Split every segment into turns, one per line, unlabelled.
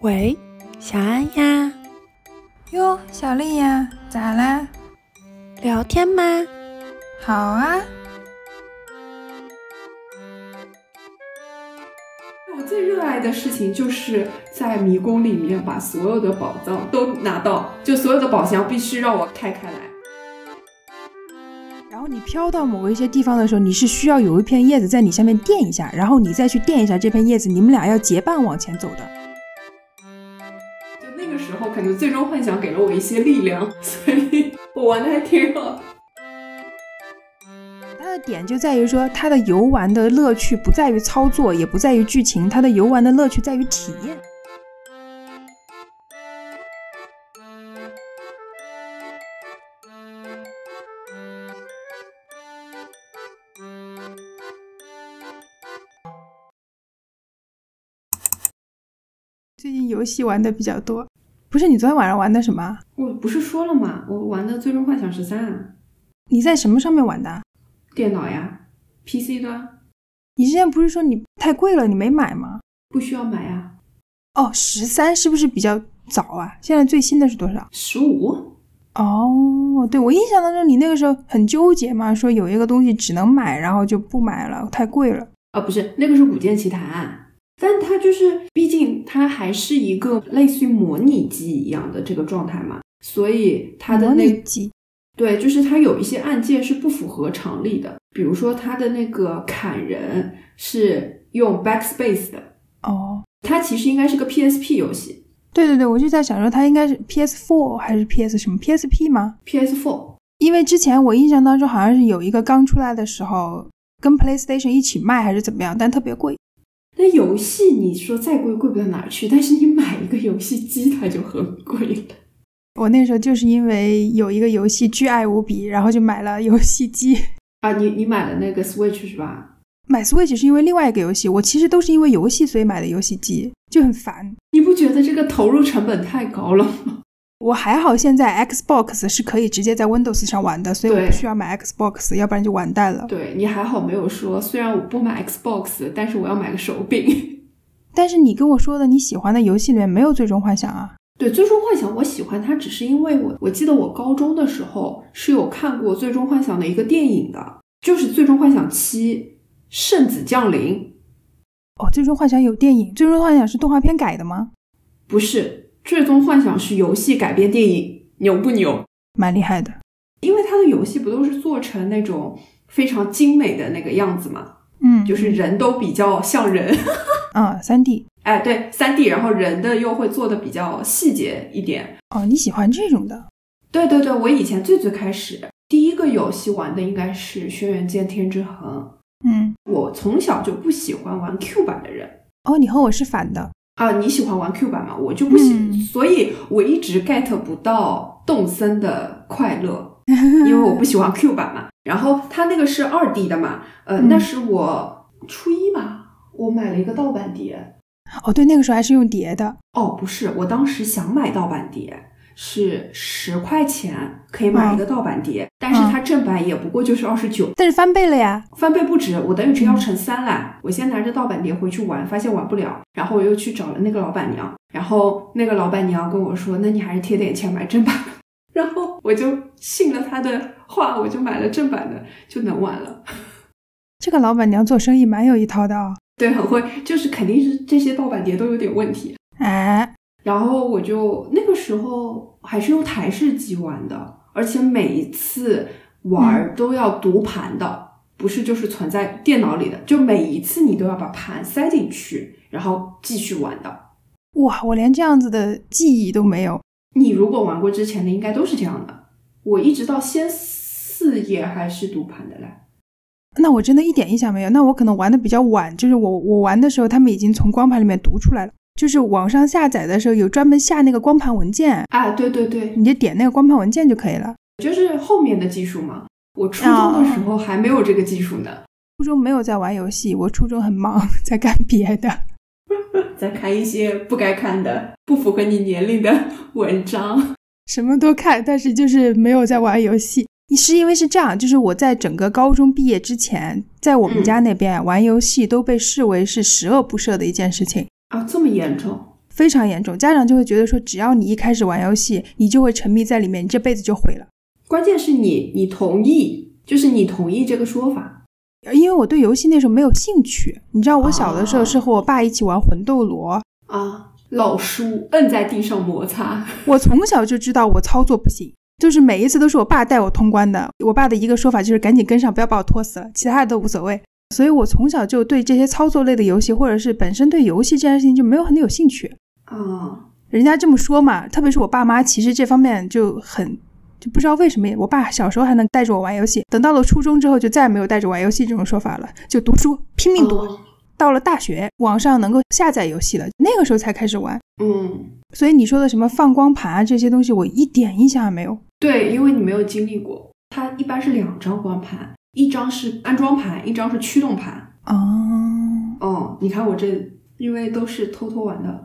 喂，小安呀，
哟，小丽呀，咋啦？
聊天吗？
好啊，
我最热爱的事情就是在迷宫里面把所有的宝藏都拿到，就所有的宝箱必须让我开开来。
然后你飘到某一些地方的时候，你是需要有一片叶子在你下面垫一下，然后你再去垫一下这片叶子，你们俩要结伴往前走的。
就那个时候，感觉《最终幻想》给了我一些力量， 所以我玩的还挺好。
它的点就在于说，它的游玩的乐趣不在于操作，也不在于剧情，它的游玩的乐趣在于体验。最近游戏玩的比较多，不是你昨天晚上玩的什么？
我不是说了吗？我玩的《最终幻想十三》啊，
你在什么上面玩的？啊
电脑呀，PC 端
你之前不是说你太贵了，你没买吗？
不需要买呀，
哦，十三是不是比较早啊？现在最新的是多少？
十五。
哦，对我印象当中你那个时候很纠结嘛，说有一个东西只能买，然后就不买了，太贵了。
啊，不是，那个是《古剑奇谭》，但它就是，毕竟它还是一个类似于模拟机一样的这个状态嘛，所以它的
模
那
拟机
对，就是它有一些按键是不符合常理的，比如说它的那个砍人是用 backspace 的，
哦，
它其实应该是个 PSP 游戏
对对对，我就在想说它应该是 PS4 还是 PS 什么 PSP 吗？
，PS4
因为之前我印象当中好像是有一个刚出来的时候跟 PlayStation 一起卖还是怎么样，但特别贵。
那游戏你说再贵贵不到哪儿去，但是你买一个游戏机它就很贵了。
我那时候就是因为有一个游戏巨爱无比，然后就买了游戏机。
啊，你你买了那个 Switch 是吧？
买 Switch 是因为另外一个游戏，我其实都是因为游戏所以买的游戏机，就很烦。
你不觉得这个投入成本太高了吗？
我还好，现在 Xbox 是可以直接在 Windows 上玩的，所以我
对
不需要买 Xbox，要不然就完蛋了。
对你还好没有说，虽然我不买 Xbox，但是我要买个手柄。
但是你跟我说的你喜欢的游戏里面没有《最终幻想》啊？
对《最终幻想》，我喜欢它，只是因为我我记得我高中的时候是有看过《最终幻想》的一个电影的，就是《最终幻想七：圣子降临》，
哦，《最终幻想》有电影，《最终幻想》是动画片改的吗？
不是《最终幻想》是游戏改编电影，牛不牛？
蛮厉害的。
因为它的游戏不都是做成那种非常精美的那个样子嘛，
嗯，
就是人都比较像人，
啊，三 D。
哎，对，三 D，然后人的又会做的比较细节一点，
哦，你喜欢这种的？
对对对，我以前最最开始第一个游戏玩的应该是《轩辕剑天之痕
嗯，》，
我从小就不喜欢玩 Q 版的人
哦，你和我是反的。
啊，你喜欢玩 Q 版吗？我就不喜，
嗯
所以我一直 get 不到动森的快乐，因为我不喜欢 Q 版嘛。然后它那个是二 D 的嘛，呃，
嗯
那是我初一吧，我买了一个盗版碟。
哦，对，那个时候还是用碟的。
哦，不是，我当时想买盗版碟，是十块钱可以买一个盗版碟，但是它正版也不过就是二十九，
但是翻倍了呀。
翻倍不止，我等于只要乘三啦。我先拿着盗版碟回去玩，发现玩不了，然后我又去找了那个老板娘，然后那个老板娘跟我说，那你还是贴点钱买正版的。 然后我就信了他的话，我就买了正版的，就能玩了。
这个老板娘做生意蛮有一套的哦。
对，很会，就是肯定是这些盗版碟都有点问题。
哎，
然后我就那个时候还是用台式机玩的，而且每一次玩儿都要读盘的，不是就是存在电脑里的，就每一次你都要把盘塞进去，然后继续玩的。
哇，我连这样子的记忆都没有。
你如果玩过之前的，应该都是这样的。我一直到先四页还是读盘的嘞。
那我真的一点印象没有。那我可能玩的比较晚，就是我我玩的时候，他们已经从光盘里面读出来了。就是网上下载的时候有专门下那个光盘文件，
啊，对对对，
你就点那个光盘文件就可以了。
就是后面的技术嘛。我初中的时候还没有这个技术呢，
初中没有在玩游戏，我初中很忙，在干别的。
在看一些不该看的、不符合你年龄的文章。
什么都看，但是就是没有在玩游戏。是因为是这样，就是我在整个高中毕业之前，在我们家那边玩游戏都被视为是十恶不赦的一件事情，
啊，这么严重？
非常严重。家长就会觉得说，只要你一开始玩游戏，你就会沉迷在里面，你这辈子就毁了。
关键是你你同意，就是你同意这个说法。
因为我对游戏那时候没有兴趣，你知道，我小的时候是和我爸一起玩魂斗罗，
啊，老叔摁在地上摩擦，
我从小就知道我操作不行，就是每一次都是我爸带我通关的。我爸的一个说法就是赶紧跟上，不要把我拖死了，其他的都无所谓。所以我从小就对这些操作类的游戏，或者是本身对游戏这件事情就没有很有兴趣。
啊，
人家这么说嘛，特别是我爸妈，其实这方面就很就不知道为什么，我爸小时候还能带着我玩游戏，等到了初中之后就再也没有带着玩游戏这种说法了，就读书拼命读。
哦
到了大学，网上能够下载游戏了，那个时候才开始玩。
嗯，
所以你说的什么放光盘啊这些东西，我一点印象也没有。
对，因为你没有经历过，它一般是两张光盘，一张是安装盘，一张是驱动盘。
啊哦
哦，你看我这，因为都是偷偷玩的。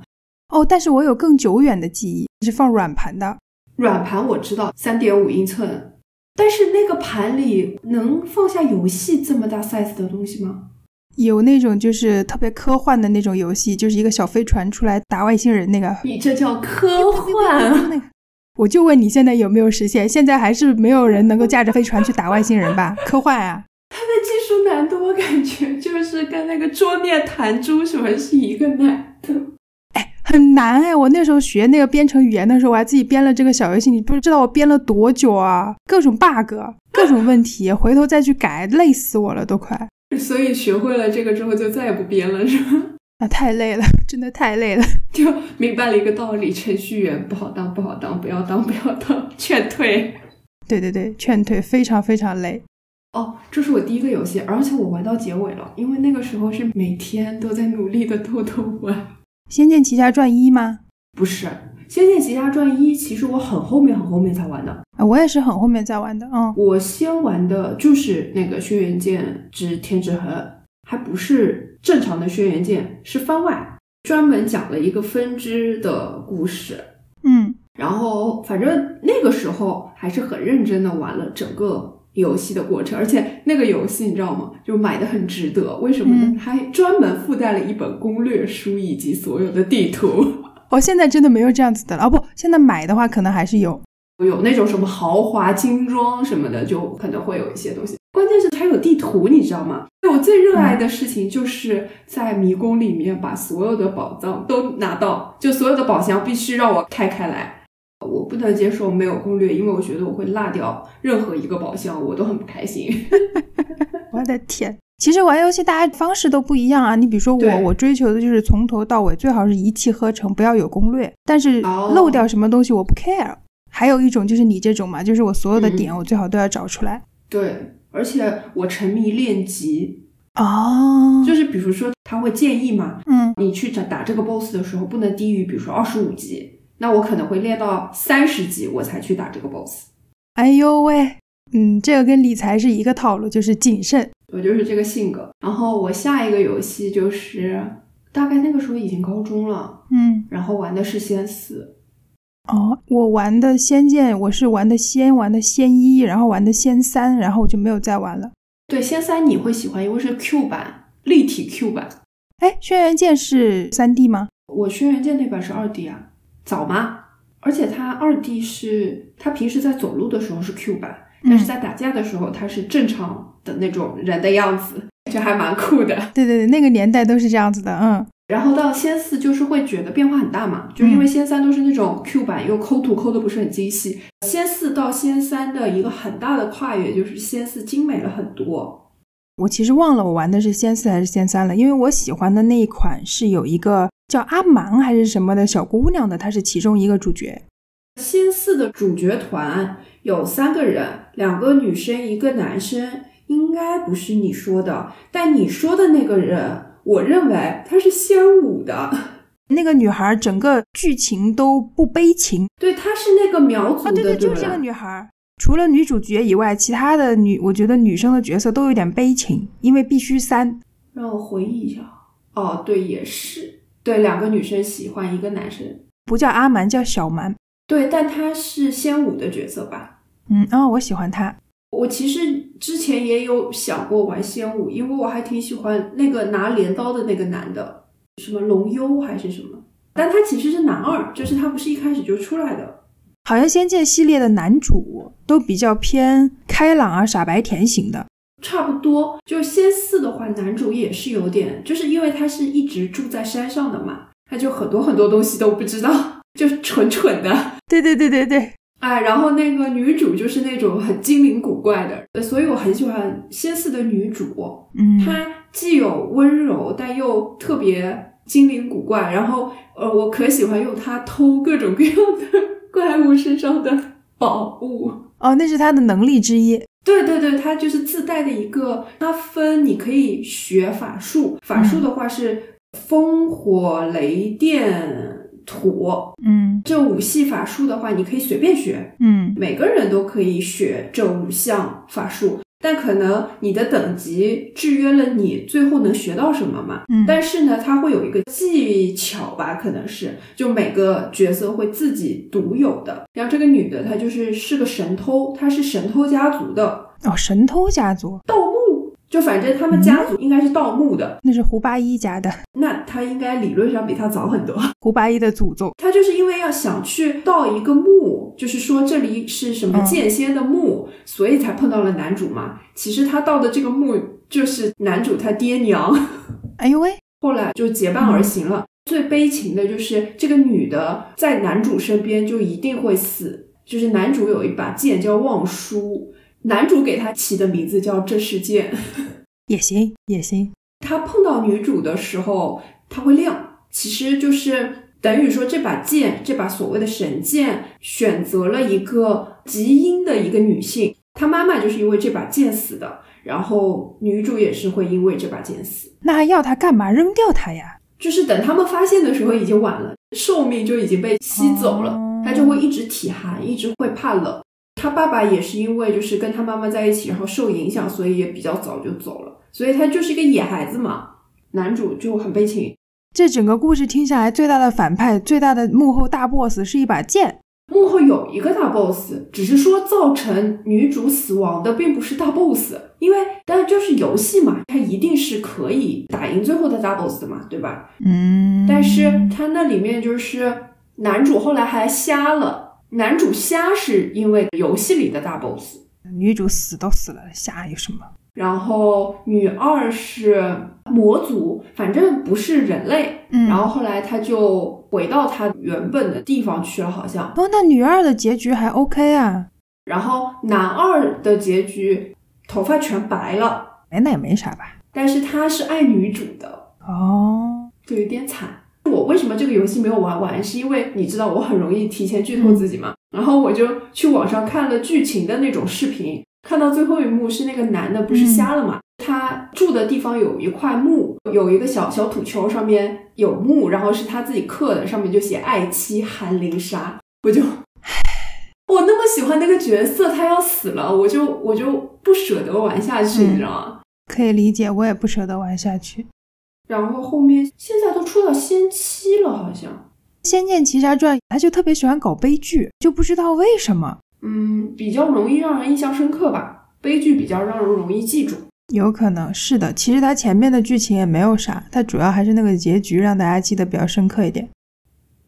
哦，但是我有更久远的记忆，是放软盘的。
软盘我知道三点五英寸，但是那个盘里能放下游戏这么大 size 的东西吗？
有那种就是特别科幻的那种游戏，就是一个小飞船出来打外星人那个，
你这叫科幻。啊
那个。我就问你现在有没有实现？现在还是没有人能够驾着飞船去打外星人吧？科幻啊！
它的技术难度我感觉就是跟那个桌面弹珠什么是一个难度。
很难哎！我那时候学那个编程语言的时候，我还自己编了这个小游戏，你不知道我编了多久啊！各种 bug，各种问题，回头再去改，累死我了，都快
所以学会了这个之后就再也不编了，是吧？
啊，太累了， 真的太累了。
就明白了一个道理：程序员不好当，不好当，不要当，不要当，劝退。
对对对，劝退，非常非常累。
哦，这是我第一个游戏，而且我玩到结尾了，因为那个时候是每天都在努力的偷偷玩。
《仙剑奇侠传一》吗？
不是，《仙剑奇侠传一》其实我很后面很后面才玩的，
啊，我也是很后面再玩的，嗯，
我先玩的就是那个《轩辕剑之天之痕》，还不是正常的《轩辕剑》，是番外，专门讲了一个分支的故事。
嗯，
然后反正那个时候还是很认真的玩了整个游戏的过程，而且那个游戏你知道吗？就买的很值得，为什么呢？
嗯
它还专门附带了一本攻略书以及所有的地图。
哦，现在真的没有这样子的了，哦不，现在买的话可能还是有，
有那种什么豪华精装什么的，就可能会有一些东西。关键是它有地图，你知道吗？我最热爱的事情就是在迷宫里面把所有的宝藏都拿到，就所有的宝箱必须让我开开来。我不能接受没有攻略，因为我觉得我会落掉任何一个宝箱，我都很不开心。
我的天！其实玩游戏大家方式都不一样啊。你比如说我，
对
我追求的就是从头到尾最好是一气呵成，不要有攻略。但是
哦
漏掉什么东西我不 care。还有一种就是你这种嘛，就是我所有的
嗯
点我最好都要找出来。
对，而且我沉迷练级，
哦，
就是比如说他会建议嘛，
嗯，
你去打打这个 BOSS 的时候，不能低于比如说二十五级，那我可能会练到三十级我才去打这个 BOSS。
哎呦喂，嗯，这个跟理财是一个套路，就是谨慎。
我就是这个性格。然后我下一个游戏就是大概那个时候已经高中了，
嗯，
然后玩的是仙四。
哦，我玩的《仙剑》，我是玩的仙，玩的仙一，然后玩的仙三，然后我就没有再玩了。
对，仙三你会喜欢，因为是 Q 版，立体 Q 版。
哎，《轩辕剑》是三 D 吗？
我轩辕剑那版是二 D 啊，早吗？而且它二 D 是它平时在走路的时候是 Q 版，但是在打架的时候它是正常的那种人的样子，这还蛮酷的。
对对对，那个年代都是这样子的，嗯。
然后到仙四就是会觉得变化很大嘛，就是因为仙三都是那种 Q 版，又抠图抠的不是很精细。仙四到仙三的一个很大的跨越就是仙四精美了很多。
我其实忘了我玩的是仙四还是仙三了，因为我喜欢的那一款是有一个叫阿芒还是什么的小姑娘的，她是其中一个主角。
仙四的主角团有三个人，两个女生，一个男生，应该不是你说的，但你说的那个人，我认为他是仙五的，
那个女孩整个剧情都不悲情
对，他是那个苗族
啊，
的，
对对，
对
就
不
是这
对
个女孩。除了女主角以外，其他的女，我觉得女生的角色都有点悲情，因为必须三。
让我回忆一下，哦，对，也是，对，两个女生喜欢一个男生。
不叫阿蛮，叫小蛮。
对，但他是仙武的角色吧？
嗯啊、我喜欢她。
我其实之前也有想过玩仙武，因为我还挺喜欢那个拿镰刀的那个男的，什么龙幽还是什么？但他其实是男二，就是他不是一开始就出来的。
好像《仙剑》系列的男主都比较偏开朗啊、傻白甜型的。
差不多，就是仙四的话，男主也是有点，就是因为他是一直住在山上的嘛，他就很多很多东西都不知道，就是蠢蠢的。
对对对对对，
哎，然后那个女主就是那种很精灵古怪的，呃所以我很喜欢仙四的女主，
嗯，
她既有温柔，但又特别精灵古怪。然后，呃，我可喜欢用她偷各种各样的 怪物身上的宝物。
哦，那是他的能力之一。
对对对，它就是自带的一个，它分你可以学法术，法术的话是风火雷电土，
嗯
这五系法术的话你可以随便学，
嗯
每个人都可以学这五项法术。但可能你的等级制约了你最后能学到什么嘛？
嗯
但是呢，它会有一个技巧吧，可能是就每个角色会自己独有的。然后这个女的她就是是个神偷，她是神偷家族的，
哦，神偷家族
就反正他们家族应该是盗墓的，
那是胡八一家的，
那他应该理论上比他早很多。
胡八一的祖宗。
他就是因为要想去盗一个墓，就是说这里是什么
嗯
剑仙的墓，所以才碰到了男主嘛。其实他盗的这个墓就是男主他爹娘，
哎呦喂，
后来就结伴而行了。最悲情的就是这个女的在男主身边就一定会死，就是男主有一把剑叫望舒，男主给他起的名字叫这世剑。
也行也行，
他碰到女主的时候，他会亮，其实就是等于说这把剑，这把所谓的神剑，选择了一个极阴的一个女性，她妈妈就是因为这把剑死的，然后女主也是会因为这把剑死，
那还要他干嘛？扔掉他呀？
就是等他们发现的时候已经晚了，寿命就已经被吸走了，
哦
她就会一直体寒，一直会怕冷。她爸爸也是因为就是跟她妈妈在一起，然后受影响，所以也比较早就走了，所以她就是一个野孩子嘛。男主就很悲情，
这整个故事听下来，最大的反派、最大的幕后大 boss 是一把剑。
幕后有一个大 boss，只是说造成女主死亡的并不是大 boss，因为但是就是游戏嘛，它一定是可以打赢最后的大 boss 的嘛，对吧？
嗯，
但是它那里面就是男主后来还瞎了，男主瞎是因为游戏里的大 boss，
女主死都死了，瞎有什么？
然后女二是魔族，反正不是人类，
嗯
然后后来他就回到他原本的地方去了，好像。
哦，那女二的结局还 OK 啊？
然后男二的结局，头发全白了，
哎，那也没啥吧？
但是他是爱女主的，
哦，
就有点惨。我为什么这个游戏没有玩完？是因为你知道我很容易提前剧透自己嘛，然后我就去网上看了剧情的那种视频，看到最后一幕是那个男的不是瞎了嘛，他住的地方有一块墓，有一个小小土丘上面有墓，然后是他自己刻的，上面就写“爱妻韩灵莎”，我就 我那么喜欢那个角色，他要死了，我就我就不舍得玩下去，
嗯
你知道吗？
可以理解，我也不舍得玩下去。
然后后面现在都出到仙七了，好像，
《仙剑奇侠传》哎他就特别喜欢搞悲剧，就不知道为什么，
嗯，比较容易让人印象深刻吧，悲剧比较让人容易记住。
有可能是的。其实他前面的剧情也没有啥，他主要还是那个结局让大家记得比较深刻一点。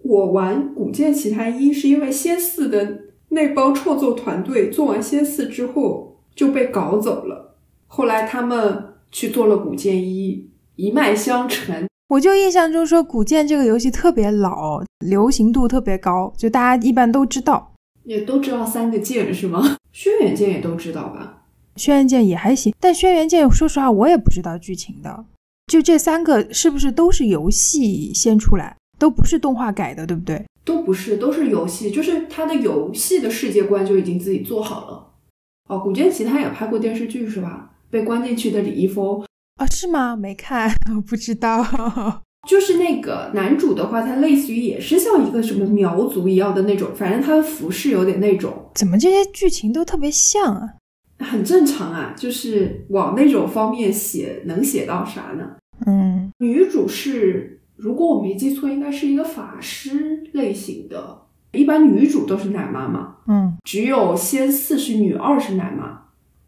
我玩《古剑奇谭一》是因为仙四的那帮创作团队做完仙四之后就被搞走了，后来他们去做了古剑一，一脉相承。
我就印象中说，《古剑》这个游戏特别老，流行度特别高，就大家一般都知道。
也都知道三个剑是吗？轩辕剑也都知道吧？
《轩辕剑》也还行，但《轩辕剑》说实话我也不知道剧情的。就这三个是不是都是游戏先出来，都不是动画改的，对不对？
都不是，都是游戏，就是他的游戏的世界观就已经自己做好了。哦，古剑奇谭也拍过电视剧是吧？被关进去的李易峰，
哦，是吗？没看， 不知道。
就是那个男主的话，他类似于也是像一个什么苗族一样的那种，反正他的服饰有点那种，
怎么这些剧情都特别像啊？
很正常啊，就是往那种方面写，能写到啥呢？
嗯，
女主是，如果我没记错，应该是一个法师类型的，一般女主都是奶妈嘛，
嗯，
只有仙四是女二是奶妈，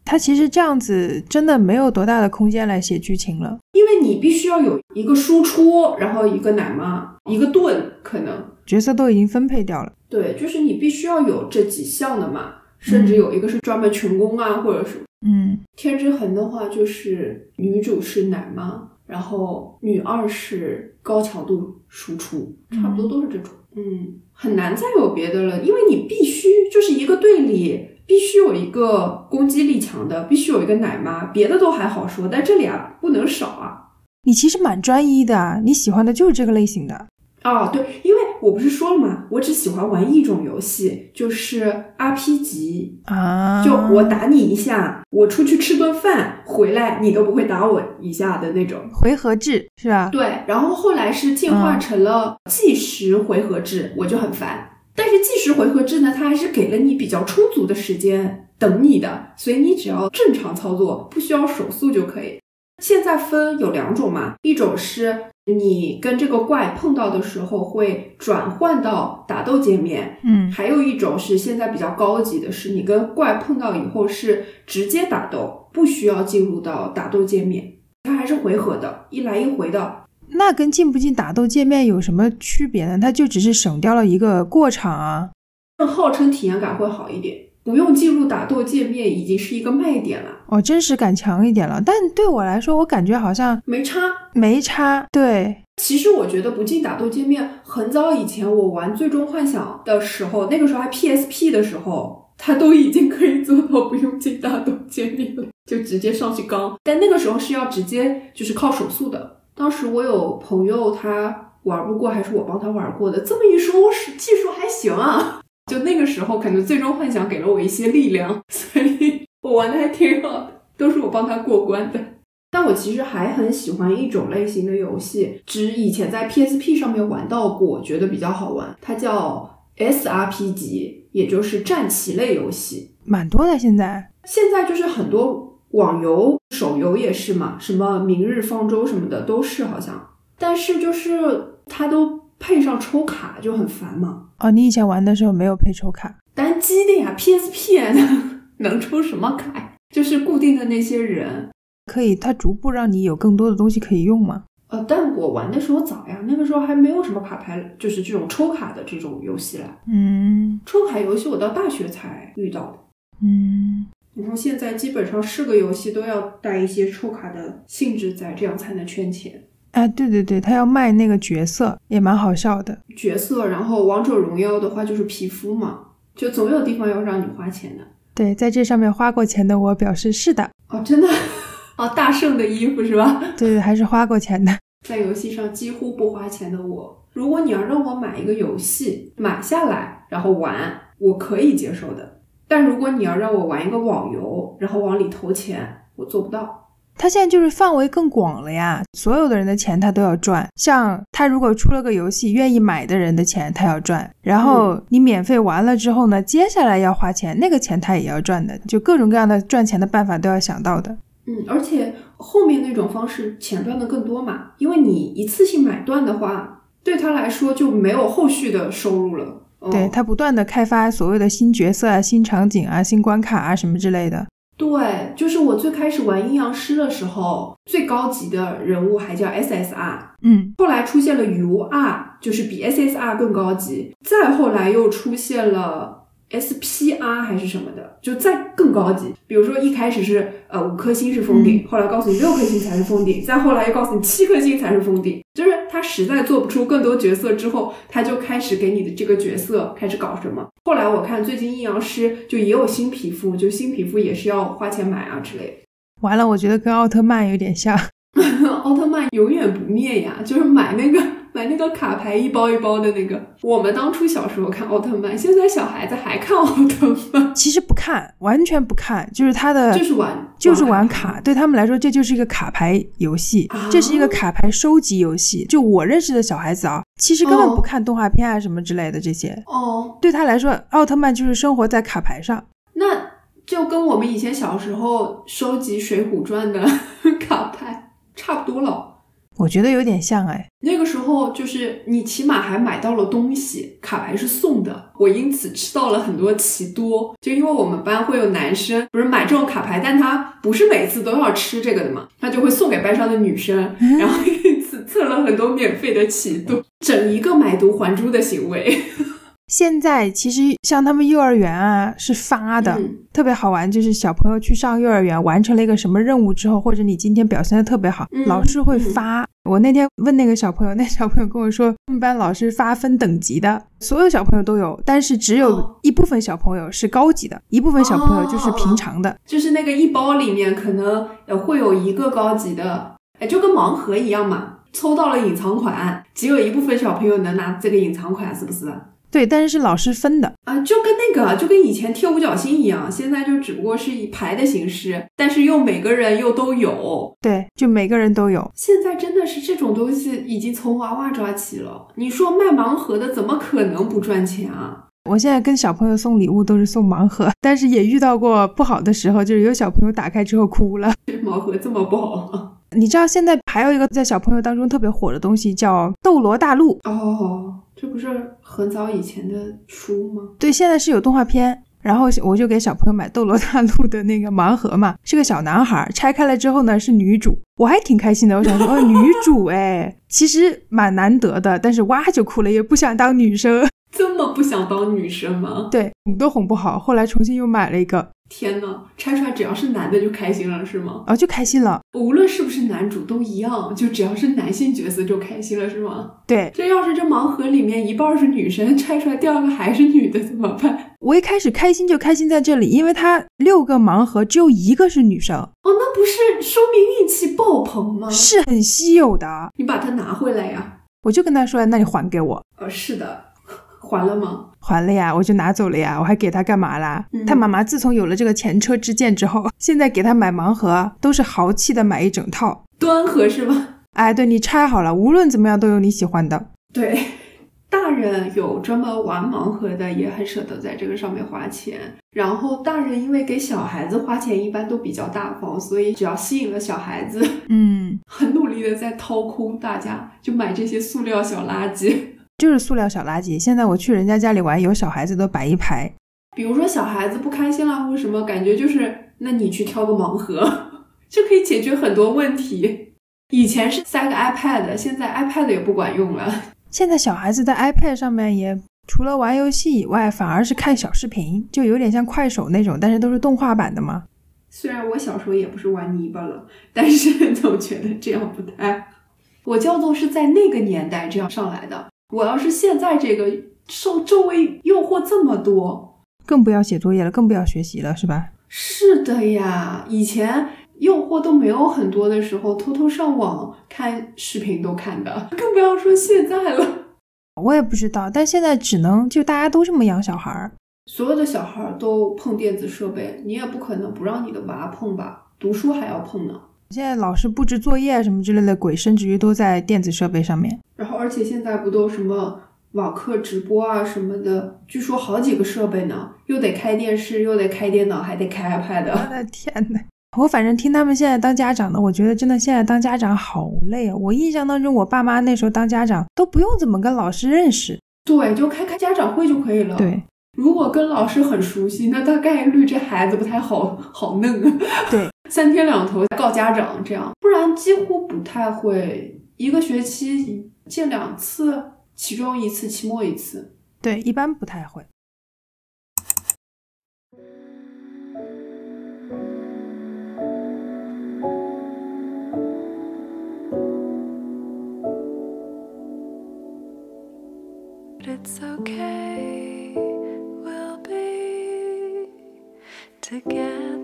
他其实这样子真的没有多大的空间来写剧情了。
因为你必须要有一个输出，然后一个奶妈，一个盾，可能
角色都已经分配掉了，
对，就是你必须要有这几项的嘛，甚至有一个是专门群攻啊，或者是
嗯，
天之痕的话，就是女主是奶妈，然后女二是高强度输出，差不多都是这种。嗯，很难再有别的了，因为你必须就是一个队里必须有一个攻击力强的，必须有一个奶妈，别的都还好说，但这俩不能少啊。
你其实蛮专一的啊，你喜欢的就是这个类型的。
哦，对，因为我不是说了嘛，我只喜欢玩一种游戏，就是 RP 级，
啊，
就我打你一下，我出去吃顿饭，回来你都不会打我一下的那种。
回合制是吧？
对，然后后来是进化成了计时回合制，我就很烦。但是计时回合制呢，它还是给了你比较充足的时间等你的，所以你只要正常操作，不需要手速就可以。现在分有两种嘛，一种是你跟这个怪碰到的时候会转换到打斗界面，
嗯
还有一种是现在比较高级的，是你跟怪碰到以后是直接打斗，不需要进入到打斗界面，它还是回合的，一来一回的。
那跟进不进打斗界面有什么区别呢？它就只是省掉了一个过场啊。
更号称体验感会好一点，不用进入打斗界面已经是一个卖点了，
哦，真实感强一点了，但对我来说，我感觉好像
没差。
没差。对，
其实我觉得不进打斗界面，很早以前我玩《最终幻想》的时候，那个时候还 PSP 的时候，它都已经可以做到不用进打斗界面了，就直接上去刚。但那个时候是要直接就是靠手速的。当时我有朋友他玩不过，还是我帮他玩过的。这么一说，我是技术还行啊。 就那个时候，感觉《最终幻想》给了我一些力量，所以我玩的还挺好的，都是我帮他过关的。但我其实还很喜欢一种类型的游戏，只以前在 PSP 上面玩到过，觉得比较好玩。它叫 SRPG，也就是战棋类游戏。
蛮多的现在。
现在就是很多网游、手游也是嘛，什么《明日方舟》什么的都是好像，但是就是它都配上抽卡就很烦嘛。
哦，你以前玩的时候没有配抽卡，
单机的呀，PSP 啊 能抽什么卡呀？就是固定的那些人，
可以，它逐步让你有更多的东西可以用嘛。
呃，但我玩的时候早呀，那个时候还没有什么卡牌，就是这种抽卡的这种游戏来。
嗯
抽卡游戏我到大学才遇到的，
嗯，
然后现在基本上是个游戏都要带一些抽卡的性质在，这样才能圈钱
啊，对对对，他要卖那个角色，也蛮好笑的。
角色。然后王者荣耀的话就是皮肤嘛，就总有地方要让你花钱的。
对，在这上面花过钱的我表示是的，
哦，真的， 哦，大圣的衣服是吧？
对对，还是花过钱的。
在游戏上几乎不花钱的我，如果你要让我买一个游戏买下来然后玩，我可以接受的。但如果你要让我玩一个网游，然后往里投钱，我做不到。
他现在就是范围更广了呀，所有的人的钱他都要赚。像他如果出了个游戏，愿意买的人的钱他要赚，然后你免费玩了之后呢，接下来要花钱，那个钱他也要赚的，就各种各样的赚钱的办法都要想到的。
嗯，而且后面那种方式钱赚的更多嘛，因为你一次性买断的话，对他来说就没有后续的收入了。哦、
对他不断的开发所谓的新角色啊、新场景啊、新关卡啊什么之类的。
对，就是我最开始玩阴阳师的时候，最高级的人物还叫 SSR，
嗯，
后来出现了 UR，就是比 SSR 更高级，再后来又出现了 SPR 还是什么的，就再更高级。比如说一开始是呃五颗星是封顶，后来告诉你六颗星才是封顶，再后来又告诉你七颗星才是封顶。就是他实在做不出更多角色之后，他就开始给你的这个角色开始搞什么。后来我看最近阴阳师就也有新皮肤，就新皮肤也是要花钱买啊之类的。
完了，我觉得跟奥特曼有点像。
奥特曼永远不灭呀，就是买那个买那个卡牌一包一包的那个。我们当初小时候看奥特曼，现在小孩子还看奥特曼，
其实不看，完全不看，就是他的
就是玩
就是玩卡，对他们来说这就是一个卡牌游戏
啊，
这是一个卡牌收集游戏。就我认识的小孩子啊，其实根本
哦
不看动画片啊什么之类的这些，
哦，
对他来说，奥特曼就是生活在卡牌上。
那就跟我们 以前小时候收集《水浒传》的卡牌差不多了。
我觉得有点像哎，
那个时候就是你起码还买到了东西，卡牌是送的，我因此吃到了很多奇多。就因为我们班会有男生不是买这种卡牌，但他不是每次都要吃这个的嘛，他就会送给班上的女生，
嗯
然后因此蹭了很多免费的奇多，整一个买椟还珠的行为。
现在其实像他们幼儿园啊是发的，
嗯
特别好玩。就是小朋友去上幼儿园，完成了一个什么任务之后，或者你今天表现的特别好，
嗯
老师会发。我那天问那个小朋友，那小朋友跟我说，他们班老师发分等级的，所有小朋友都有，但是只有
哦
一部分小朋友是高级的，一部分小朋友就是平常的。
就是那个一包里面可能呃会有一个高级的，哎，就跟盲盒一样嘛。抽到了隐藏款，只有一部分小朋友能拿这个隐藏款，是不是？
对，但是是老师分的。
啊，就跟那个，就跟以前贴五角星一样，现在就只不过是以牌的形式，但是又每个人又都有。
对，就每个人都有。
现在真的是这种东西已经从娃娃抓起了。你说卖盲盒的怎么可能不赚钱啊？
我现在跟小朋友送礼物都是送盲盒，但是也遇到过不好的时候，就是有小朋友打开之后哭了。
这盲盒这么不好啊？
你知道现在还有一个在小朋友当中特别火的东西叫斗罗大陆，
哦，这不是很早以前的书吗？
对，现在是有动画片。然后我就给小朋友买《斗罗大陆》的那个盲盒嘛，是个小男孩，拆开了之后呢是女主，我还挺开心的。我想说，哦，女主哎，其实蛮难得的，但是哇就哭了，也不想当女生，
这么不想当女生吗？
对，哄都哄不好。后来重新又买了一个，
天呐，拆出来只要是男的就开心了是吗？
哦，就开心了。
无论是不是男主都一样，就只要是男性角色就开心了是吗？
对
这要是这盲盒里面一半是女生，拆出来第二个还是女的怎么办？
我一开始开心就开心在这里，因为它六个盲盒只有一个是女生，
哦，那不是说明运气爆棚吗？
是很稀有的。啊
你把它拿回来呀。
我就跟他说，那你还给我。
呃、是的，还了吗？
还了呀，我就拿走了呀，我还给他干嘛啦？
嗯
他妈妈自从有了这个前车之鉴之后， 现在给他买盲盒都是豪气的买一整套。
端盒是吧？
哎，对你拆好了，无论怎么样都有你喜欢的。
对，大人有专门玩盲盒的，也很舍得在这个上面花钱。然后大人因为给小孩子花钱一般都比较大方，所以只要吸引了小孩子，
嗯，
很努力的在掏空大家，就买这些塑料小垃圾。
就是塑料小垃圾。现在我去人家家里玩，有小孩子都摆一排。
比如说小孩子不开心啦或者什么，感觉就是那你去挑个盲盒， 就可以解决很多问题。以前是塞个 iPad，现在 iPad 也不管用了。
现在小孩子在 iPad 上面也除了玩游戏以外，反而是看小视频，就有点像快手那种，但是都是动画版的嘛。
虽然我小时候也不是玩泥巴了，但是 总觉得这样不太。我叫做是在那个年代这样上来的。我要是现在这个受周围诱惑这么多，
更不要写作业了，更不要学习了，是吧？
是的呀，以前诱惑都没有很多的时候，偷偷上网看视频都看的， 更不要说现在了。
我也不知道，但现在只能就大家都这么养小孩儿。
所有的小孩都碰电子设备，你也不可能不让你的娃碰吧？读书还要碰呢。
现在老师布置作业什么之类的鬼，甚至于都在电子设备上面。
然后，而且现在不都什么网课直播啊什么的，据说好几个设备呢，又得开电视，又得开电脑，还得开 iPad。
的天呐，我反正听他们现在当家长的，我觉得真的现在当家长好累啊！我印象当中，我爸妈那时候当家长都不用怎么跟老师认识。
对，就开开家长会就可以了。，
对
如果跟老师很熟悉，那大概率这孩子不太好好弄啊。
对，
三天两头告家长这样，不然几乎不太会。一个学期见两次，其中一次期末一次。
对，一般不太会。
But it's okay, we'll be together,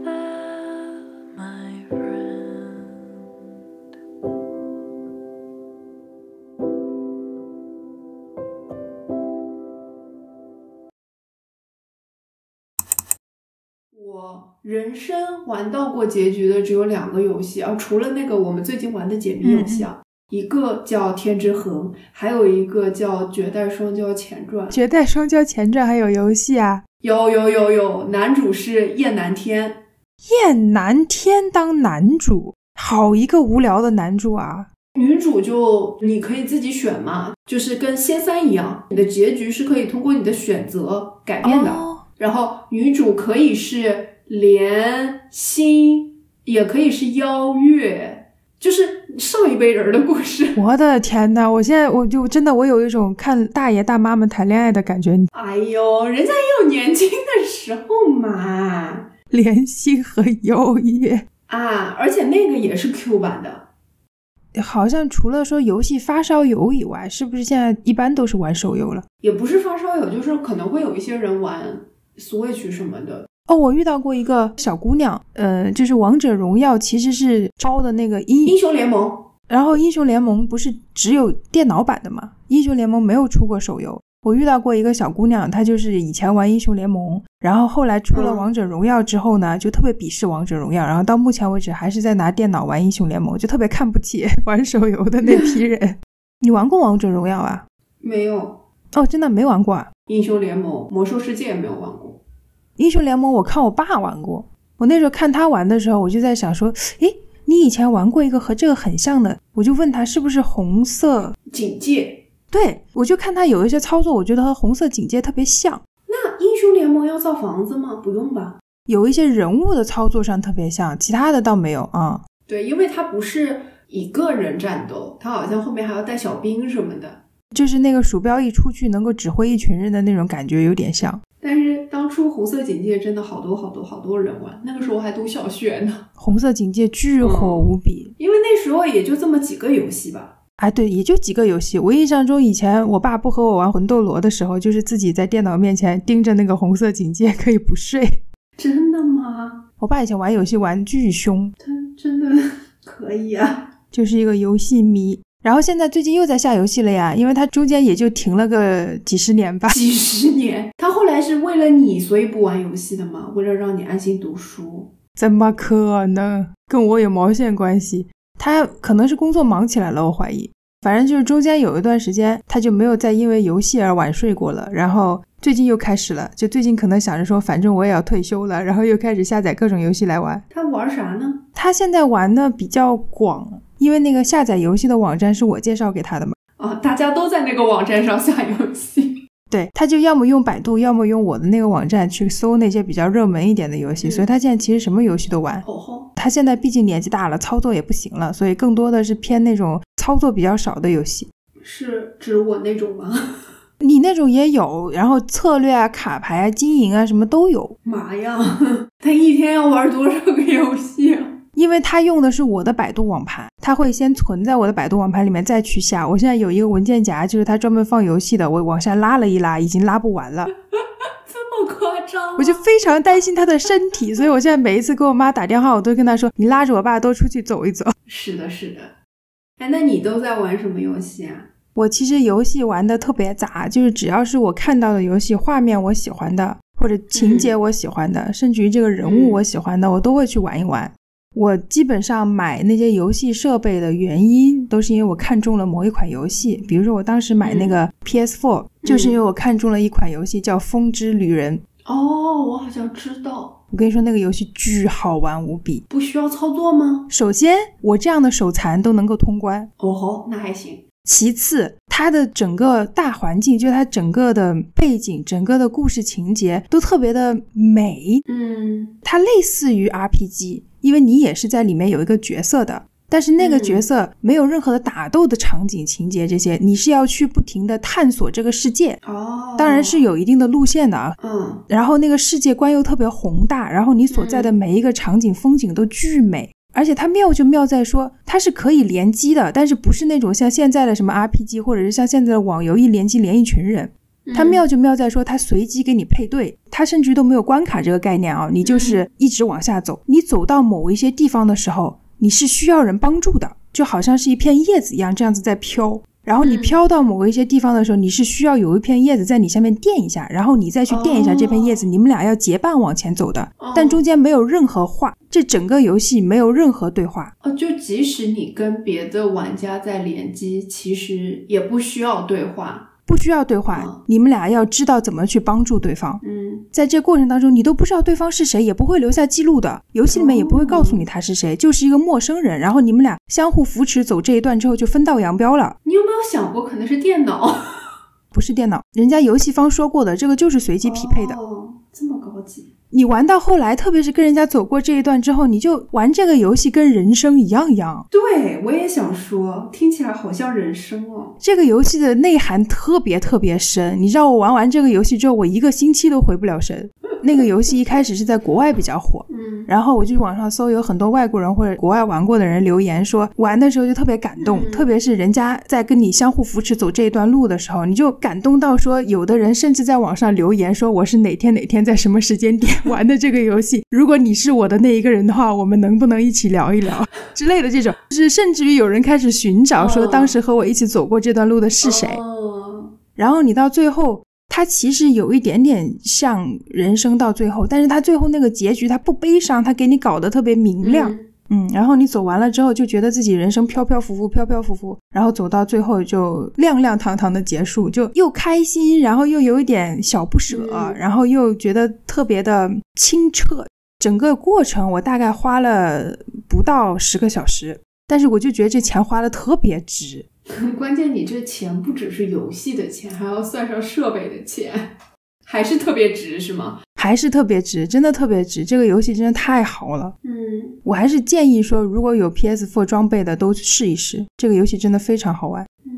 my friend.
我人生玩到过结局的只有两个游戏啊，除了那个我们最近玩的解谜游戏啊，一个叫《天之痕》，还有一个叫《绝代双骄前传》。
《绝代双骄前传》还有游戏啊，
有有有有，男主是叶南天，
燕南天当男主，好一个无聊的男主啊！
女主就你可以自己选嘛，就是跟仙三一样，你的结局是可以通过你的选择改变的。
哦，
然后女主可以是连心，也可以是邀月，就是上一辈人的故事。
我的天呐，我现在我就真的我有一种看大爷大妈们谈恋爱的感觉，
哎呦，人家也有年轻的时候嘛
怜惜和优越。
啊！而且那个也是 Q 版的，
好像除了说游戏发烧友以外，是不是现在一般都是玩手游了？
也不是发烧友，就是可能会有一些人玩 Switch 什么的。
哦，我遇到过一个小姑娘，呃，就是王者荣耀其实是抄的那个英
英雄联盟
然后英雄联盟不是只有电脑版的吗？英雄联盟没有出过手游。我遇到过一个小姑娘，她就是以前玩英雄联盟，然后后来出了
嗯
王者荣耀之后呢，就特别鄙视王者荣耀，然后到目前为止还是在拿电脑玩英雄联盟，就特别看不起玩手游的那批人。你玩过王者荣耀啊？
没有，
哦，真的没玩过啊！
英雄联盟、魔兽世界也没有玩过。
英雄联盟我看我爸玩过，我那时候看他玩的时候，我就在想说，诶，你以前玩过一个和这个很像的，我就问他是不是红色
警戒，
对，我就看他有一些操作，我觉得和红色警戒特别像，
那英雄联盟要造房子吗？不用吧。
有一些人物的操作上特别像，其他的倒没有啊。
对，因为它不是一个人战斗，它好像后面还要带小兵什么的。
就是那个鼠标一出去能够指挥一群人的那种感觉有点像。
但是当初红色警戒真的好多好多好多人玩，那个时候我还读小学呢，
红色警戒巨火无比，
因为那时候也就这么几个游戏吧。
哎，对，也就几个游戏。我印象中以前我爸不和我玩魂斗罗的时候，就是自己在电脑面前盯着那个红色警戒可以不睡。
真的吗？
我爸以前玩游戏玩巨凶，
他真的可以啊？
就是一个游戏迷。然后现在最近又在下游戏了呀，因为它中间也就停了个几十年吧。
几十年，他后来是为了你所以不玩游戏的吗？为了让你安心读书。
怎么可能？跟我有毛线关系？他可能是工作忙起来了，我怀疑。反正就是中间有一段时间，他就没有再因为游戏而晚睡过了。然后最近又开始了，就最近可能想着说，反正我也要退休了，然后又开始下载各种游戏来玩。
他玩啥呢？
他现在玩的比较广，因为那个下载游戏的网站是我介绍给他的嘛。
啊，大家都在那个网站上下游戏。
对，他就要么用百度，要么用我的那个网站去搜那些比较热门一点的游戏，
嗯
所以他现在其实什么游戏都玩。
吼吼，
他现在毕竟年纪大了，操作也不行了，所以更多的是偏那种操作比较少的游戏。
是指我那种吗？
你那种也有，然后策略啊、卡牌啊、经营啊什么都有，
妈呀， 他一天要玩多少个游戏啊？
因为他用的是我的百度网盘，他会先存在我的百度网盘里面再去下。我现在有一个文件夹，就是他专门放游戏的，我往下拉了一拉，已经拉不完了，
这么夸张吗？啊
我就非常担心他的身体，所以我现在每一次给我妈打电话，我都跟她说：“你拉着我爸多出去走一走。”
是的，是的。哎，那你都在玩什么游戏啊？
我其实游戏玩的特别杂，就是只要是我看到的游戏画面我喜欢的，或者情节我喜欢的，甚至于这个人物我喜欢的，我都会去玩一玩。我基本上买那些游戏设备的原因，都是因为我看中了某一款游戏。比如说，我当时买那个 PS4，、就是因为我看中了一款游戏叫《风之旅人》。
哦，我好像知道，
我跟你说，那个游戏巨好玩无比。
不需要操作吗？
首先，我这样的手残都能够通关，
哦吼，那还行。
其次，它的整个大环境，就是它整个的背景、整个的故事情节都特别的美，
嗯，
它类似于 RPG，因为你也是在里面有一个角色的。但是那个角色没有任何的打斗的场景、情节这些，你是要去不停的探索这个世界，
哦，
当然是，有一定的路线的啊。
嗯，
然后那个世界观又特别宏大，然后你所在的每一个场景、风景都巨美，而且它妙就妙在说它是可以联机的，但是不是那种像现在的什么 RPG 或者是像现在的网游一联机连一群人，
嗯
它妙就妙在说它随机给你配对，它甚至都没有关卡这个概念啊，你就是一直往下走，你走到某一些地方的时候，你是需要人帮助的，就好像是一片叶子一样这样子在飘。然后你
嗯
飘到某一些地方的时候，你是需要有一片叶子在你下面垫一下，然后你再去垫一下这片叶子，你们俩要结伴往前走的，但中间没有任何话，这整个游戏没有任何对话，
哦，就即使你跟别的玩家在联机，其实也不需要对话。
不需要对话，
嗯
你们俩要知道怎么去帮助对方。
嗯
在这过程当中，你都不知道对方是谁，也不会留下记录的，游戏里面也不会告诉你他是谁，就是一个陌生人。然后你们俩相互扶持走这一段之后，就分道扬镳了。
你有没有想过可能是电脑
不是电脑，人家游戏方说过的，这个就是随机匹配的。
哦，这么高级。
你玩到后来，特别是跟人家走过这一段之后，你就玩这个游戏跟人生一样一样。
对，我也想说，听起来好像人生哦。
这个游戏的内涵特别特别深，你知道我玩完这个游戏之后，我一个星期都回不了神。那个游戏一开始是在国外比较火，
嗯
然后我就去网上搜，有很多外国人或者国外玩过的人留言说，玩的时候就特别感动，
嗯
特别是人家在跟你相互扶持走这一段路的时候，你就感动到说，有的人甚至在网上留言说，我是哪天哪天在什么时间点玩的这个游戏，如果你是我的那一个人的话，我们能不能一起聊一聊之类的这种，就是甚至于有人开始寻找说，
嗯
当时和我一起走过这段路的是谁，
哦
然后你到最后，它其实有一点点像人生到最后，但是它最后那个结局它不悲伤，它给你搞得特别明亮，
嗯
嗯然后你走完了之后就觉得自己人生飘飘浮浮，飘飘浮浮，然后走到最后就亮亮堂堂的结束，就又开心，然后又有一点小不舍，
嗯
然后又觉得特别的清澈。整个过程我大概花了不到十个小时，但是我就觉得这钱花的特别值。
嗯 关键你这钱不只是游戏的钱，还要算上设备的钱，还是特别值是吗？
还是特别值，真的特别值。这个游戏真的太好了，
嗯，
我还是建议说，如果有 PS4 装备的都试一试，这个游戏真的非常好玩，
嗯，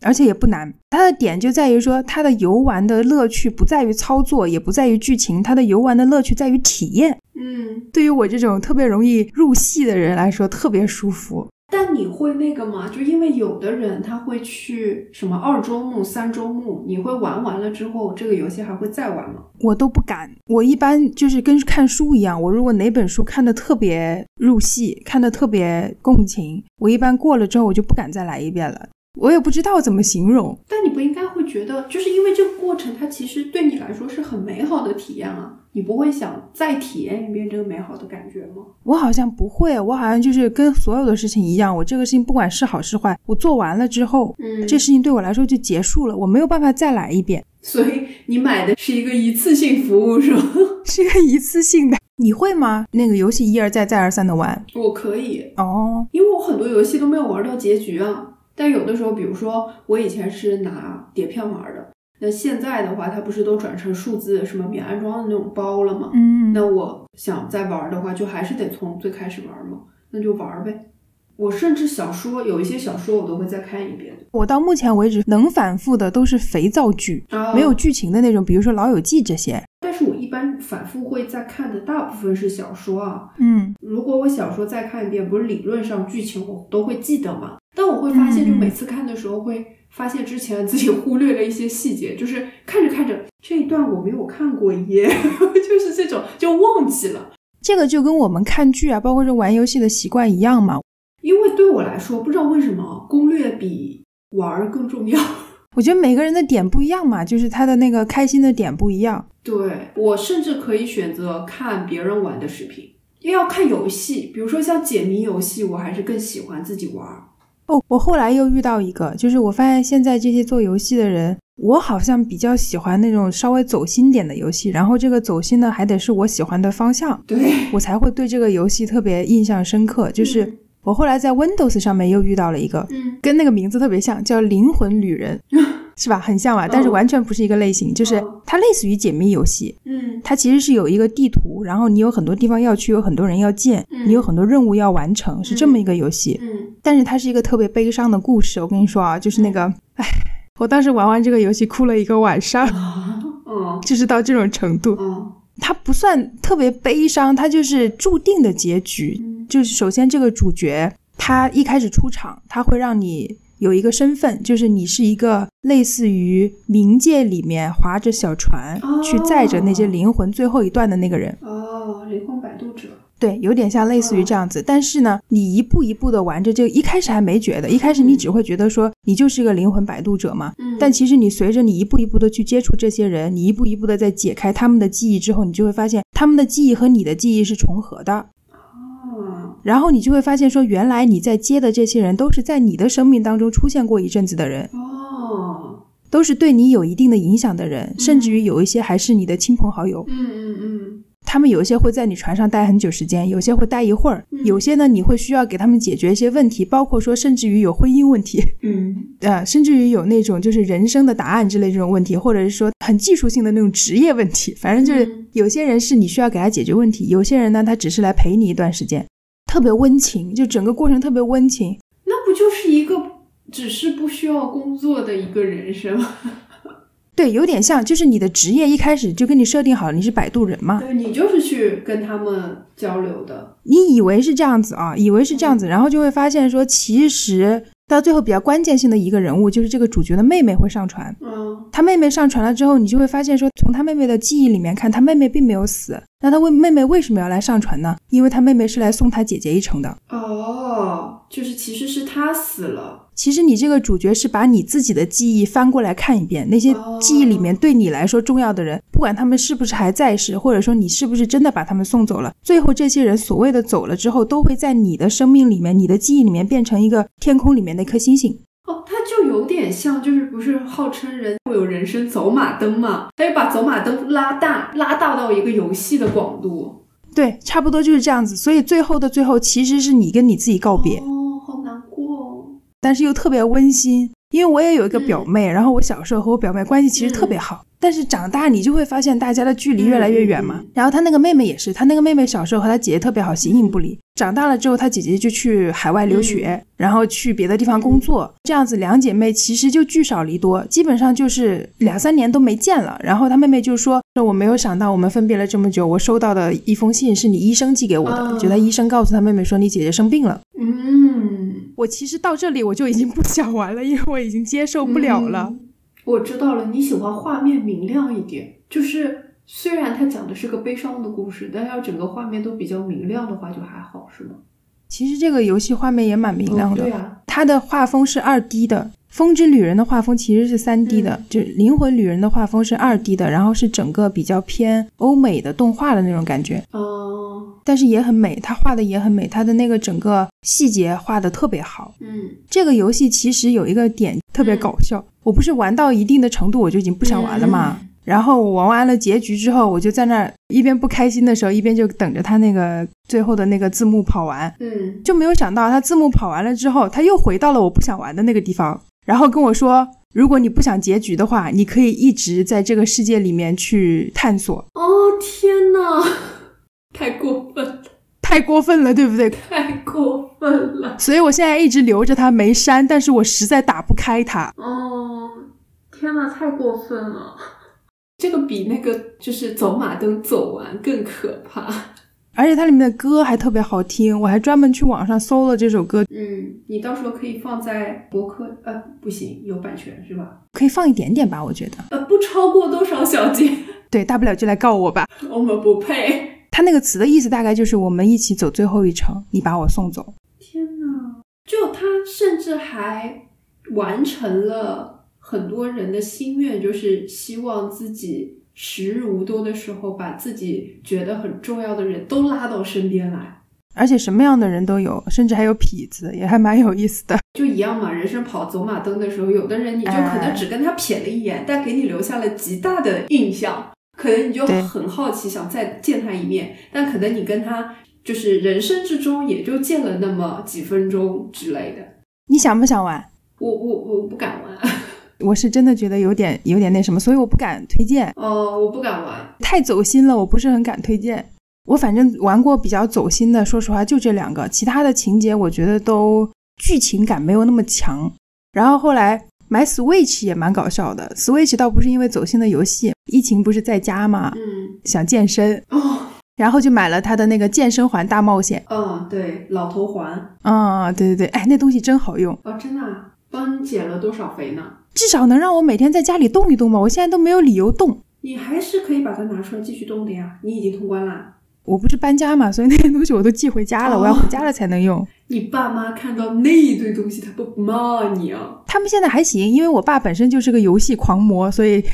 而且也不难。它的点就在于说，它的游玩的乐趣不在于操作，也不在于剧情，它的游玩的乐趣在于体验。
嗯，
对于我这种特别容易入戏的人来说，特别舒服。
但你会那个吗？就因为有的人他会去什么二周目、三周目，你会玩完了之后，这个游戏还会再玩吗？
我都不敢。我一般就是跟看书一样，我如果哪本书看的特别入戏，看的特别共情，我一般过了之后我就不敢再来一遍了。我也不知道怎么形容，
但你不应该会觉得，就是因为这个过程，它其实对你来说是很美好的体验啊，你不会想再体验一遍这个美好的感觉吗？
我好像不会，我好像就是跟所有的事情一样，我这个事情不管是好是坏，我做完了之后，
嗯
这事情对我来说就结束了，我没有办法再来一遍，
所以你买的是一个一次性服务是吗？
是个一次性的。你会吗？那个游戏一而再再而三的玩
我可以，
哦，
因为我很多游戏都没有玩到结局啊。但有的时候，比如说我以前是拿碟片玩的，那现在的话，它不是都转成数字什么免安装的那种包了吗？
嗯
那我想再玩的话，就还是得从最开始玩嘛，那就玩呗。我甚至小说有一些小说我都会再看一遍
我到目前为止能反复的都是肥皂剧，
的，啊
没有剧情的那种，比如说《老友记》这些。
但是我一般反复会再看的大部分是小说啊，
嗯，
如果我小说再看一遍，不是理论上剧情我都会记得嘛？但我会发现，
嗯
就每次看的时候会发现之前自己忽略了一些细节，就是看着看着这一段我没有看过耶， 就是这种就忘记了。
这个就跟我们看剧啊，包括这玩游戏的习惯一样嘛。
因为对我来说，不知道为什么攻略比玩儿更重要。
我觉得每个人的点不一样嘛，就是他的那个开心的点不一样。
对我甚至可以选择看别人玩的视频，因为要看游戏，比如说像解谜游戏，我还是更喜欢自己玩儿。
哦，我后来又遇到一个，就是我发现现在这些做游戏的人，我好像比较喜欢那种稍微走心点的游戏，然后这个走心呢还得是我喜欢的方向，
对，
我才会对这个游戏特别印象深刻。就是
嗯
我后来在 Windows 上面又遇到了一个，
嗯，
跟那个名字特别像，叫《灵魂旅 人》，是吧？很像吧，但是
嗯
完全不是一个类型，就是
嗯
它类似于解密游戏。
嗯，
它其实是有一个地图，然后你有很多地方要去，有很多人要见，
嗯
你有很多任务要完成，是这么一个游戏。
嗯，
但是它是一个特别悲伤的故事。我跟你说啊，就是那个，唉，我当时玩完这个游戏哭了一个晚 上，
啊，嗯，
就是到这种程度。
嗯。
它不算特别悲伤，它就是注定的结局。
嗯
就是首先这个主角他一开始出场，他会让你。有一个身份，就是你是一个类似于冥界里面划着小船、
哦
去载着那些灵魂最后一段的那个人，
哦，灵魂摆渡者。
对，有点像类似于这样子。但是呢，你一步一步的玩着这个，一开始还没觉得，一开始你只会觉得说你就是个灵魂摆渡者嘛。
嗯
但其实你随着你一步一步的去接触这些人，你一步一步的在解开他们的记忆之后，你就会发现他们的记忆和你的记忆是重合的。
哦，
然后你就会发现说，原来你在接的这些人都是在你的生命当中出现过一阵子的人。
哦，
都是对你有一定的影响的人，甚至于有一些还是你的亲朋好友。
嗯嗯嗯，
他们有一些会在你船上待很久时间，有些会待一会儿，
嗯
有些呢你会需要给他们解决一些问题，包括说甚至于有婚姻问题，
嗯
呃，甚至于有那种就是人生的答案之类这种问题，或者是说很技术性的那种职业问题， 反正就是
嗯
有些人是你需要给他解决问题，有些人呢他只是来陪你一段时间，特别温情，就整个过程特别温情。
那不就是一个只是不需要工作的一个人生吗？
对，有点像，就是你的职业一开始就给你设定好了，你是摆渡人嘛，
对你就是去跟他们交流的。
你以为是这样子啊，以为是这样子，然后就会发现说，其实到最后比较关键性的一个人物就是这个主角的妹妹会上船，
嗯
他妹妹上船了之后，你就会发现说，从他妹妹的记忆里面看，他妹妹并没有死。那他为妹妹为什么要来上船呢？因为他妹妹是来送他姐姐一程的。
哦，就是其实是他死了。
其实你这个主角是把你自己的记忆翻过来看一遍，那些
哦
记忆里面对你来说重要的人，不管他们是不是还在世，或者说你是不是真的把他们送走了，最后这些人所谓的走了之后，都会在你的生命里面、你的记忆里面变成一个天空里面的一颗星星。
哦，他就有点像，就是不是号称人会有人生走马灯嘛？他就把走马灯拉大，拉大到一个游戏的广度。
对，差不多就是这样子。所以最后的最后，其实是你跟你自己告别。
哦，好难过、哦。
但是又特别温馨。因为我也有一
嗯
个表妹，然后我小时候和我表妹关系其实特别好，但是长大你就会发现大家的距离越来越远嘛。
嗯嗯
然后她那个妹妹也是，她那个妹妹小时候和她姐姐特别好，形影不离。长大了之后，她姐姐就去海外留学，
嗯
然后去别的地方工作，这样子两姐妹其实就聚少离多，基本上就是两三年都没见了。然后她妹妹就说：“说我没有想到我们分别了这么久，我收到的一封信是你医生寄给我的，
嗯
就她医生告诉她妹妹说你姐姐生病了。”
嗯，
我其实到这里我就已经不想玩了，因为我已经接受不了了。
嗯我知道了，你喜欢画面明亮一点，就是虽然它讲的是个悲伤的故事，但要整个画面都比较明亮的话就还好，是吗？
其实这个游戏画面也蛮明
嗯
亮的，
对啊，
它的画风是二 D 的，《风之旅人》的画风其实是三 D 的，
嗯
就是《灵魂旅人》的画风是二 D 的，然后是整个比较偏欧美的动画的那种感觉，
嗯
但是也很美，它画的也很美，它的那个整个细节画的特别好。
嗯
这个游戏其实有一个点特别搞笑，我不是玩到一定的程度我就已经不想玩了嘛。
嗯
然后我玩完了结局之后，我就在那儿一边不开心的时候，一边就等着他那个最后的那个字幕跑完，
嗯，
就没有想到他字幕跑完了之后，他又回到了我不想玩的那个地方，然后跟我说，如果你不想结局的话，你可以一直在这个世界里面去探索。
哦天呐，太过分了，
太过分了，对 不对？
太过分了。
所以我现在一直留着它没删，但是我实在打不开它。
哦，天呐，太过分了。这个比那个就是走马灯走完更可怕。
而且它里面的歌还特别好听，我还专门去网上搜了这首歌，
嗯，你到时候可以放在博客，呃，不行，有版权是吧？
可以放一点点吧，我觉得。
呃，不超过多少小节，
对，大不了就来告我吧。
我们不配。
他那个词的意思大概就是我们一起走最后一程，你把我送走。
天呐，就他甚至还完成了很多人的心愿，就是希望自己时日无多的时候，把自己觉得很重要的人都拉到身边来。
而且什么样的人都有，甚至还有痞子，也还蛮有意思的。
就一样嘛，人生跑走马灯的时候，有的人你就可
哎
能只跟他瞥了一眼，但给你留下了极大的印象，可能你就
对
很好奇想再见他一面，但可能你跟他就是人生之中也就见了那么几分钟之类的。
你想不想玩？
我我我不敢玩，
我是真的觉得有点有点那什么，所以我不敢推荐，
哦，我不敢玩。
太走心了，我不是很敢推荐。我反正玩过比较走心的，说实话就这两个，其他的情节我觉得都剧情感没有那么强。然后后来买 Switch 也蛮搞笑的，Switch 倒不是因为走心的游戏，疫情不是在家嘛，
嗯，
想健身，
哦，
然后就买了他的那个健身环大冒险。
嗯，对，老头环，
啊，对对对，哎，那东西真好用，
哦，真的、啊，帮你减了多少肥呢？
至少能让我每天在家里动一动吧。我现在都没有理由动，
你还是可以把它拿出来继续动的呀，你已经通关啦。
我不是搬家嘛，所以那些东西我都寄回家了，我要回家了才能用。
你爸妈看到那一堆东西，他不骂你啊？
他们现在还行，因为我爸本身就是个游戏狂魔，所以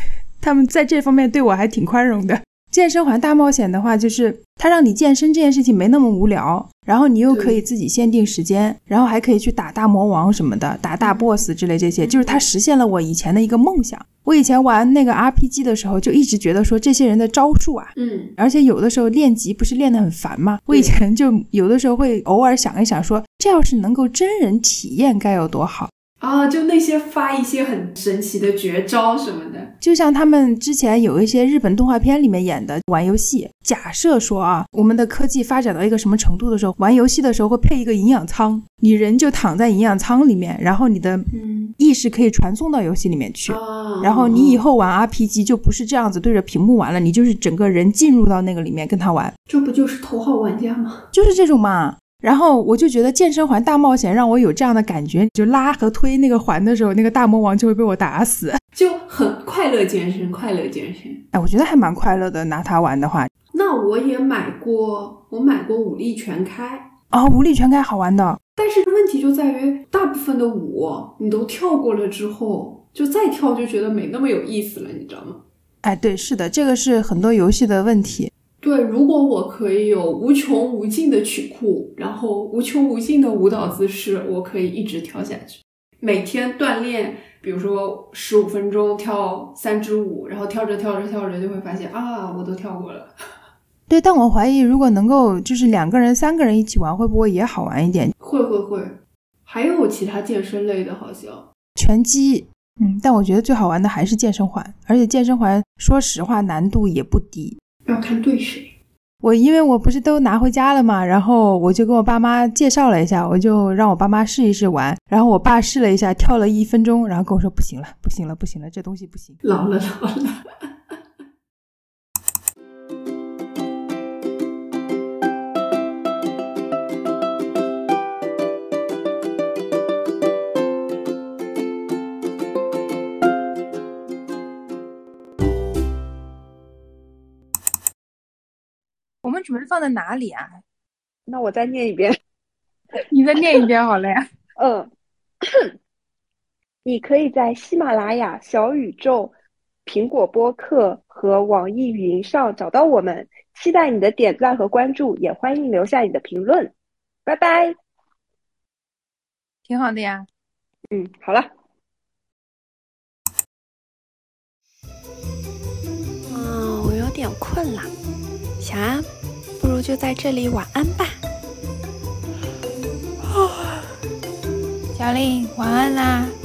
他们在这方面对我还挺宽容的。健身环大冒险的话，就是它让你健身这件事情没那么无聊，然后你又可以自己限定时间，然后还可以去打大魔王什么的，打大 boss 之类这些，就是它实现了我以前的一个梦想。我以前玩那个 RPG 的时候，就一直觉得说这些人的招数啊，
嗯，
而且有的时候练级不是练得很烦吗？我以
对
前就有的时候会偶尔想一想说，这要是能够真人体验该有多好。
啊，就那些发一些很神奇的绝招什么的，
就像他们之前有一些日本动画片里面演的玩游戏，假设说啊，我们的科技发展到一个什么程度的时候，玩游戏的时候会配一个营养舱，你人就躺在营养舱里面，然后你的
嗯，
意识可以传送到游戏里面去。
啊，
然后你以
后
后玩 RPG 就不是这样子对着屏幕玩了，你就是整个人进入到那个里面跟他玩。
这不就是头号玩家吗？
就是这种嘛。然后我就觉得健身环大冒险让我有这样的感觉，就拉和推那个环的时候，那个大魔王就会被我打死。
就很快乐健身，快乐健身。
哎，我觉得还蛮快乐的，拿它玩的话，
那我也买过，我买过武力全开，
啊、无力全开好玩的。
但是问题就在于，大部分的舞你都跳过了之后，就再跳就觉得没那么有意思了，你知道吗？
哎，对，是的，这个是很多游戏的问题。
对，如果我可以有无穷无尽的曲库，然后无穷无尽的舞蹈姿势，我可以一直跳下去。每天锻炼，比如说十五分钟跳三支舞，然后跳着跳着跳着就会发现啊，我都跳过了，
对，但我怀疑如果能够就是两个人、三个人一起玩，会不会也好玩一点？
会会会。还有其他健身类的，好像
拳击，嗯，但我觉得最好玩的还是健身环，而且健身环说实话难度也不低。
要看对谁。
我因为我不是都拿回家了嘛，然后我就跟我爸妈介绍了一下，我就让我爸妈试一试玩，然后我爸试了一下，跳了一分钟，然后跟我说不行了，不行了，不行了，这东西不行。
老了老了，
我们准备放在哪里啊？
那我再念一遍。
你再念一遍好了呀。
嗯， 你可以在喜马拉雅、小宇宙、苹果播客和网易云上找到我们。期待你的点赞和关注，也欢迎留下你的评论。拜拜。
挺好的呀。
嗯，好了。
啊，我有点困了，小安，不如就在这里晚安吧。
啊
小丽晚安啦。